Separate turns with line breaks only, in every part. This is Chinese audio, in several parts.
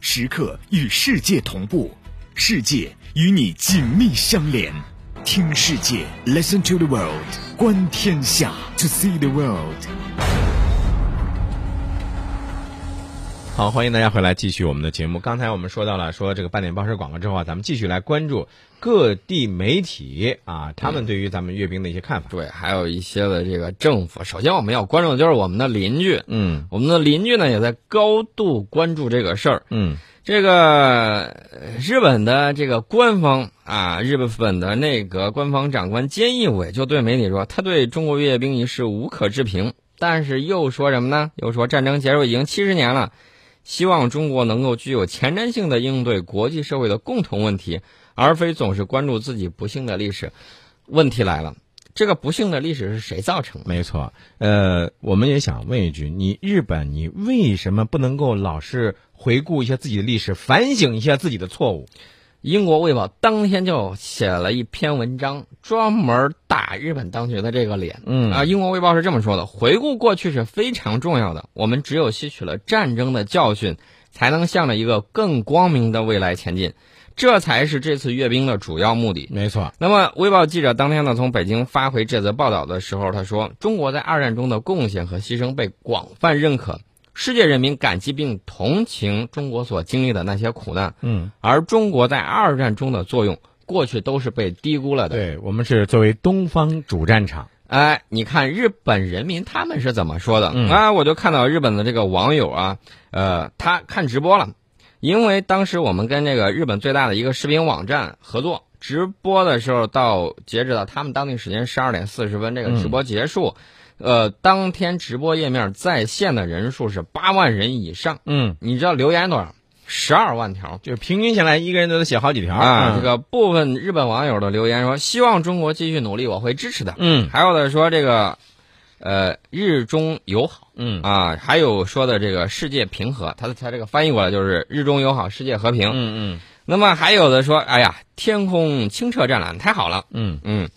时刻与世界同步，世界与你紧密相连。听世界，Listen to the world，观天下，To see the world。
好，欢迎大家回来，继续我们的节目。刚才我们说到了，说这个半点报时广告之后啊，咱们继续来关注各地媒体啊，他们对于咱们阅兵的一些看法。
对，还有一些的这个政府，首先我们要关注的就是我们的邻居，
嗯
我们的邻居呢也在高度关注这个事儿。
嗯
这个呃日本的这个官方啊，日本的内阁官方长官菅义伟就对媒体说，他对中国阅兵一事无可置评，但是又说什么呢？又说战争结束已经七十年了，希望中国能够具有前瞻性的应对国际社会的共同问题，而非总是关注自己不幸的历史。问题来了，这个不幸的历史是谁造成的？
没错，呃，我们也想问一句，你日本，你为什么不能够老是回顾一下自己的历史，反省一下自己的错误？
英国卫报当天就写了一篇文章，专门打日本当局的这个脸。
嗯
啊，英国卫报是这么说的：回顾过去是非常重要的，我们只有吸取了战争的教训，才能向着一个更光明的未来前进，这才是这次阅兵的主要目的。
没错，
那么，卫报记者当天呢从北京发回这则报道的时候，他说：“中国在二战中的贡献和牺牲被广泛认可，世界人民感激并同情中国所经历的那些苦难。”
嗯，
而中国在二战中的作用，过去都是被低估了的。
对我们是作为东方主战场，
哎，你看日本人民他们是怎么说的？
嗯
啊，我就看到日本的这个网友啊，呃，他看直播了，因为当时我们跟这个日本最大的一个视频网站合作。直播的时候到截止到他们当地时间十二点四十分，这个直播结束，呃，当天直播页面在线的人数是八万人以上，
嗯，
你知道留言多少？十二万条。
就平均下来，一个人都得写好几条嗯
啊，这
个，
个部分日本网友的留言说，希望中国继续努力，我会支持的。
嗯
还有的说这个，呃，日中友好
嗯
啊，还有说的这个世界平和，他他这个翻译过来就是日中友好，世界和平。
嗯嗯
那么还有的说，哎呀，天空清澈湛蓝，太好了。
嗯
嗯，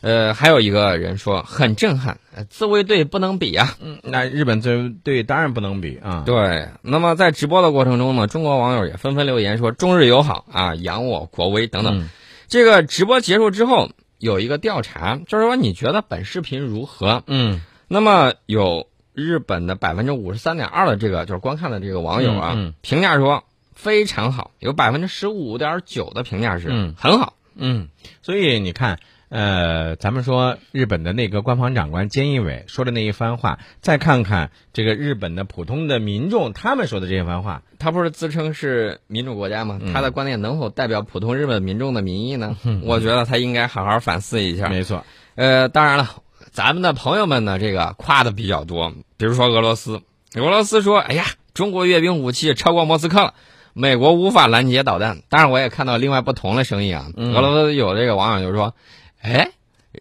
呃，还有一个人说很震撼，呃自卫队不能比呀、啊
嗯，那日本这对当然不能比啊，
对，那么在直播的过程中呢，中国网友也纷纷留言说中日友好啊，扬我国威等等。
嗯
这个直播结束之后，有一个调查，就是说你觉得本视频如何？
嗯，
那么有日本的百分之五十三点二的这个就是观看的这个网友啊，
嗯嗯
评价说非常好，有百分之十五点九的评价是、
嗯
很好。
嗯，所以你看，呃，咱们说日本的内阁官方长官菅义伟说的那一番话，再看看这个日本的普通的民众他们说的这一番话，
他不是自称是民主国家吗？
嗯
他的观点能否代表普通日本民众的民意呢？我觉得他应该好好反思一下。
没错，
呃，当然了，咱们的朋友们呢，这个夸的比较多，比如说俄罗斯，俄罗斯说，哎呀，中国阅兵武器超过莫斯科了。美国无法拦截导弹，当然我也看到另外不同的声音啊。俄罗斯有这个网友就说：“哎，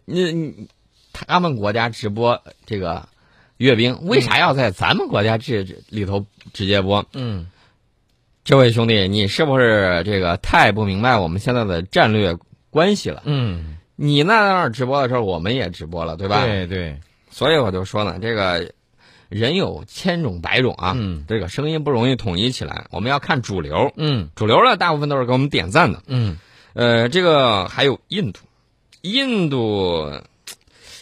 你你他们国家直播这个阅兵，为啥要在咱们国家这这里头直接播？”
嗯，
这位兄弟，你是不是这个太不明白我们现在的战略关系了？
嗯，
你那那儿直播的时候，我们也直播了，对吧？
对对，
所以我就说呢，这个人有千种百种啊，
嗯
这个声音不容易统一起来，我们要看主流。
嗯
主流呢，大部分都是给我们点赞的。
嗯
呃，这个还有印度，印度，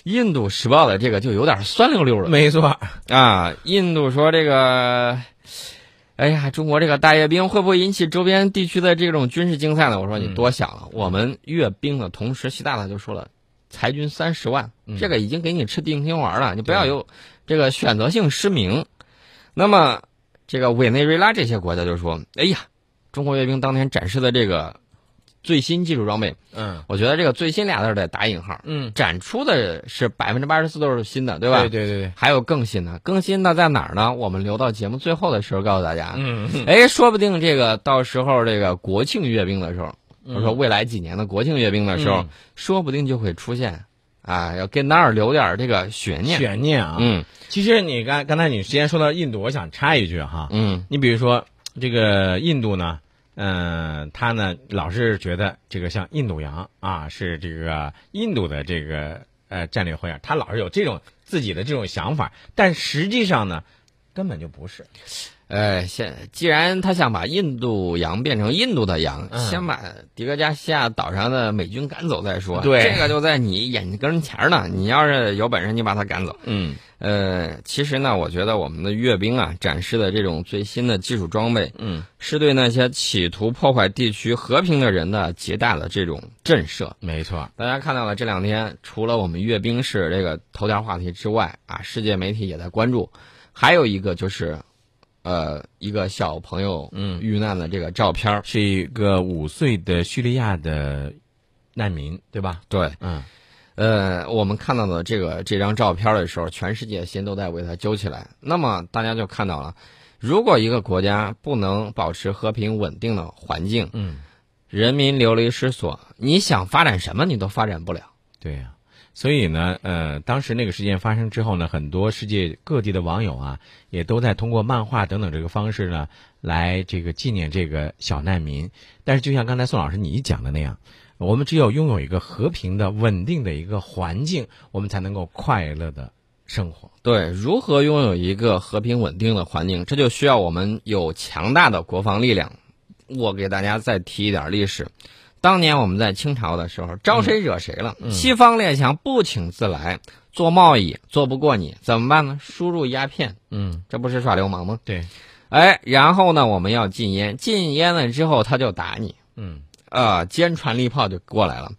印度时报的这个就有点酸溜溜了
嗯没错，
啊。印度说这个，哎呀，中国这个大阅兵会不会引起周边地区的这种军事竞赛呢？我说你多想了，我们阅兵的同时，习大大就说了，裁军三十万，这个已经给你吃定心丸了，你不要有这个选择性失明。那么，这个委内瑞拉这些国家就说，哎呀，中国阅兵当天展示的这个最新技术装备，
嗯
我觉得这个最新俩字儿得打引号。
嗯，
展出的是百分之八十四都是新的，对
对
吧？
对对对，
还有更新的，更新的在哪儿呢？我们留到节目最后的时候告诉大家。
嗯
哎，说不定这个到时候这个国庆阅兵的时候，我说未来几年的国庆阅兵的时候，
嗯
说不定就会出现啊，要跟那儿留点这个悬念。
悬念啊，
嗯
其实你刚刚才你之前说到印度，我想插一句哈，
嗯
你比如说这个印度呢，嗯、他呢老是觉得这个像印度洋啊是这个印度的这个呃战略辉煌，他老是有这种自己的这种想法，但实际上呢，根本就不是。
呃，先既然他想把印度洋变成印度的洋，
嗯
先把迪戈加西亚岛上的美军赶走再说。
对
这个就在你眼跟前儿呢。你要是有本事，你把他赶走。
嗯
呃，其实呢，我觉得我们的阅兵啊展示的这种最新的技术装备，
嗯，
是对那些企图破坏地区和平的人的极大的这种震慑。
没错，
大家看到了这两天，除了我们阅兵式这个头条话题之外啊，世界媒体也在关注，还有一个就是，呃，一个小朋友
嗯
遇难的这个照片儿。
是一个五岁的叙利亚的难民，对吧？
对，
嗯
呃，我们看到的这个这张照片的时候，全世界心都在为他揪起来。那么大家就看到了，如果一个国家不能保持和平稳定的环境，
嗯，
人民流离失所，你想发展什么你都发展不了。
对呀、所以呢，呃，当时那个事件发生之后呢，很多世界各地的网友啊，也都在通过漫画等等这个方式呢，来这个纪念这个小难民。但是，就像刚才宋老师你讲的那样，我们只有拥有一个和平的、稳定的一个环境，我们才能够快乐的生活。
对，如何拥有一个和平稳定的环境，这就需要我们有强大的国防力量。我给大家再提一点历史，当年我们在清朝的时候，招谁惹谁了？西方列强不请自来，做贸易做不过你，怎么办呢？输入鸦片，
嗯，
这不是耍流氓吗？
对，
哎，然后呢，我们要禁烟，禁烟了之后他就打你，
嗯，
啊、坚船利炮就过来了。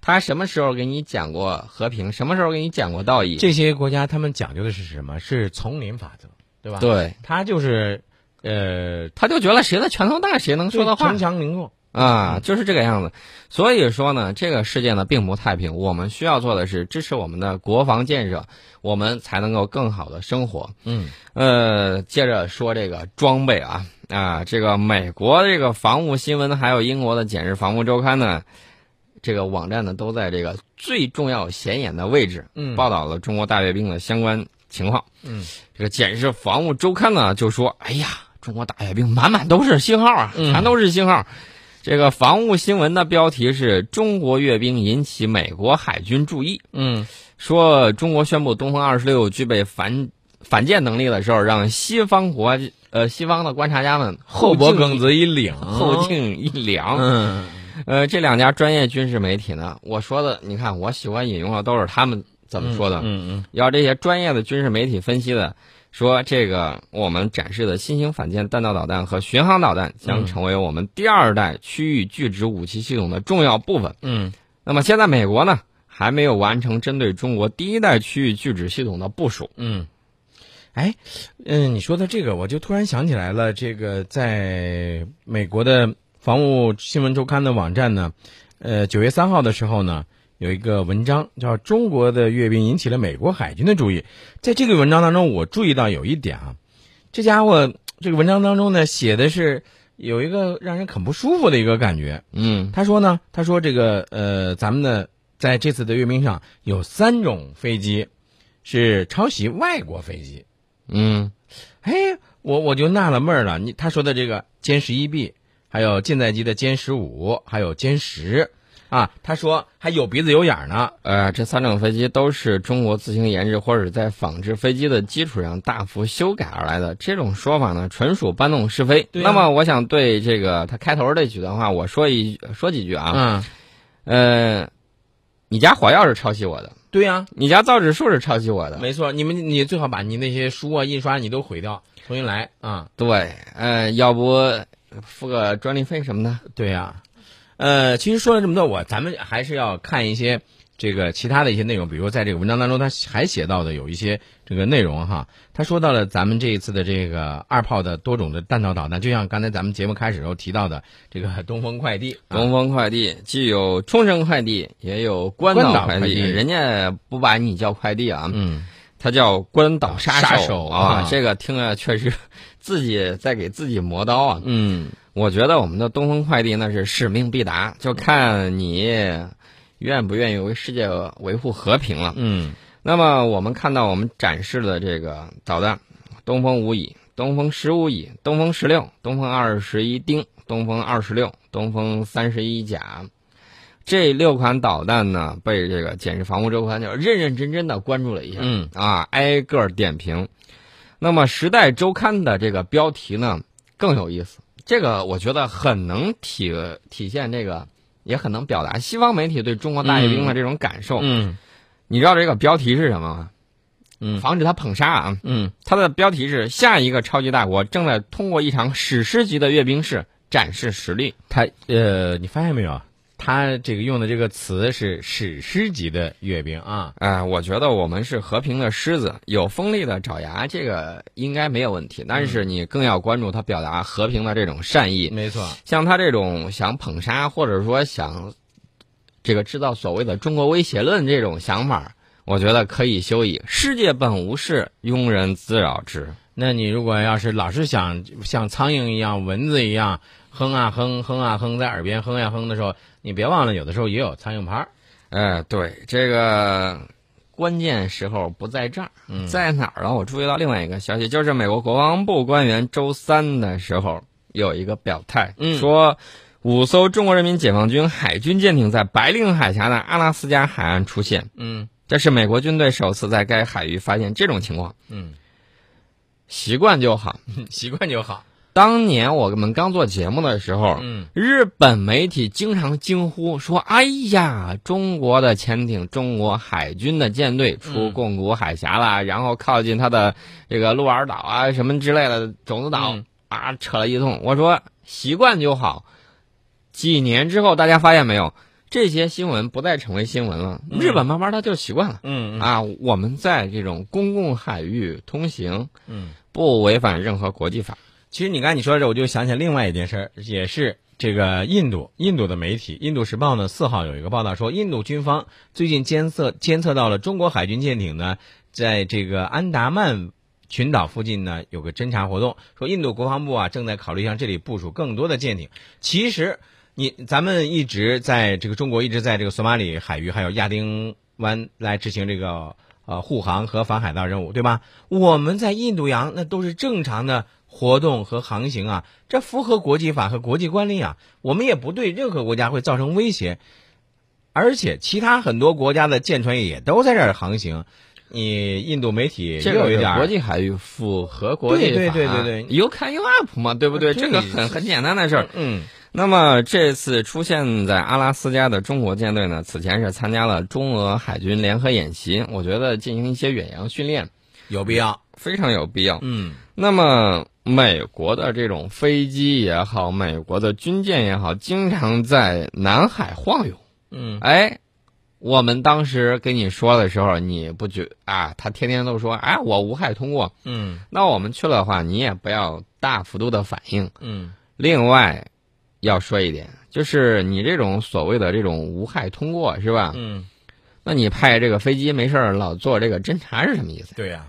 他什么时候给你讲过和平？什么时候给你讲过道义？
这些国家他们讲究的是什么？是丛林法则，对吧？，
对。
他就是，呃，
他就觉得谁的拳头大，谁能说的话
城强凌弱。
啊，就是这个样子。所以说呢，这个世界呢并不太平，我们需要做的是支持我们的国防建设，我们才能够更好的生活。
嗯
呃，接着说这个装备啊啊，这个美国这个防务新闻，还有英国的《简日防务周刊》呢，这个网站呢都在这个最重要显眼的位置，
嗯
报道了中国大阅兵的相关情况。
嗯，
这个《简氏防务周刊》呢就说：“哎呀，中国大阅兵满满都是信号啊，
嗯
全都是信号。这个防务新闻的标题是“中国阅兵引起美国海军注意
嗯”，
说中国宣布东风二十六具备反反舰能力的时候，让西方国呃西方的观察家们
后脖梗
子
子一领，
后颈一凉。
嗯，
呃，这两家专业军事媒体呢，我说的，你看我喜欢引用的都是他们怎么说的。
嗯嗯
要这些专业的军事媒体分析的，说这个我们展示的新型反舰弹道导弹和巡航导弹
嗯
将成为我们第二代区域拒止武器系统的重要部分。
嗯
那么现在美国呢，还没有完成针对中国第一代区域拒止系统的部署。
嗯。哎，嗯，你说的这个，我就突然想起来了。这个在美国的防务新闻周刊的网站呢，呃，九月三号的时候呢，有一个文章叫《中国的阅兵引起了美国海军的注意》。在这个文章当中，我注意到有一点啊，这家伙这个文章当中呢，写的是有一个让人很不舒服的一个感觉。
嗯
他说呢，他说这个呃，咱们呢在这次的阅兵上有三种飞机是抄袭外国飞机。
嗯
哎，我我就纳了闷儿了，你他说的这个歼十一 B，还有舰载机的歼十五，还有歼十。啊，他说还有鼻子有眼儿呢，
呃，这三种飞机都是中国自行研制或者在仿制飞机的基础上大幅修改而来的。这种说法呢，纯属搬弄是非。
对啊
那么，我想对这个他开头这几段话，我说一句说几句啊。
嗯，
呃，你家火药是抄袭我的，
对呀、
你家造纸术是抄袭我的。
没错，你们你最好把你那些书啊、印刷你都毁掉，重新来啊、
对，呃，要不付个专利费什么的。
对呀、呃，其实说了这么多，我咱们还是要看一些这个其他的一些内容，比如在这个文章当中，他还写到的有一些这个内容哈，他说到了咱们这一次的这个二炮的多种的弹道导弹，就像刚才咱们节目开始时候提到的这个东风快递，啊
东风快递既有冲绳快递，也有关
关岛
岛
快递
人家不把你叫快递啊。
嗯，
他叫关岛杀手
杀手啊
啊，这个听着确实自己在给自己磨刀啊。
嗯，
我觉得我们的东风快递那是使命必达，就看你愿不愿意为世界维护和平了。
嗯，
那么我们看到我们展示的这个导弹，东风五乙、东风十五乙、东风十六、东风二十一丁、东风二十六、东风三十一甲。这六款导弹呢，被这个《简氏防务周刊》就认认真真的关注了一下，
嗯
啊，挨个儿点评。那么《时代周刊》的这个标题呢更有意思，这个我觉得很能体体现这个，也很能表达西方媒体对中国大阅兵的这种感受。
嗯
你知道这个标题是什么吗？
嗯
防止他捧杀啊！
嗯
它的标题是“下一个超级大国正在通过一场史诗级的阅兵式展示实力
他呃，你发现没有啊？他这个用的这个词是史诗级的阅兵啊”。。
哎，我觉得我们是和平的狮子，有锋利的爪牙，这个应该没有问题。但
嗯
是你更要关注他表达和平的这种善意。
没错，
像他这种想捧杀，或者说想这个制造所谓的中国威胁论这种想法，我觉得可以休矣。世界本无事，庸人自扰之。
那你如果要是老是想像苍蝇一样、蚊子一样哼啊哼、哼啊哼，在耳边哼呀哼的时候，你别忘了，有的时候也有苍蝇拍儿。
哎，对，这个关键时候不在这儿，
嗯
在哪儿呢？我注意到另外一个消息，就是美国国防部官员周三的时候有一个表态，
嗯
说五艘中国人民解放军海军舰艇在白令海峡的阿拉斯加海岸出现，
嗯
这是美国军队首次在该海域发现这种情况。
嗯，
习惯就好。
习惯就好。
当年我们刚做节目的时候，
嗯
日本媒体经常惊呼说：“哎呀，中国的潜艇，中国海军的舰队
嗯
出贡古海峡啦，然后靠近它的这个鹿儿岛啊，什么之类的种子岛、
嗯
啊，扯了一通。”我说习惯就好。几年之后，大家发现没有，这些新闻不再成为新闻了。
嗯
日本慢慢它就习惯了、
嗯
啊。我们在这种公共海域通行，
嗯，
不违反任何国际法。
其实你刚才你说这，我就想起来另外一件事儿，也是这个印度印度的媒体《印度时报》呢，四号有一个报道说，印度军方最近监测监测到了中国海军舰艇呢，在这个安达曼群岛附近呢有个侦察活动，说印度国防部啊正在考虑向这里部署更多的舰艇。其实你咱们一直在这个中国一直在这个索马里海域还有亚丁湾来执行这个呃护航和反海盗任务，对吧？我们在印度洋那都是正常的活动和航行啊，这符合国际法和国际惯例啊。我们也不对任何国家会造成威胁，而且其他很多国家的舰船也都在这儿航行。你印度媒体
这
又
个
有一
是
点儿
国际海域符合国际法，
对对对对对
，You can you up 嘛，对不对？
对
这个很很简单的事儿。
嗯
那么这次出现在阿拉斯加的中国舰队呢，此前是参加了中俄海军联合演习，我觉得进行一些远洋训练
有必要。
非常有必要。
嗯
那么美国的这种飞机也好，美国的军舰也好，经常在南海晃悠。
嗯
哎，我们当时跟你说的时候，你不觉啊？他天天都说，哎，我无害通过。
嗯
那我们去了的话，你也不要大幅度的反应。
嗯
另外，要说一点，就是你这种所谓的这种无害通过是吧？
嗯，
那你派这个飞机没事儿老做这个侦察是什么意思？
对呀、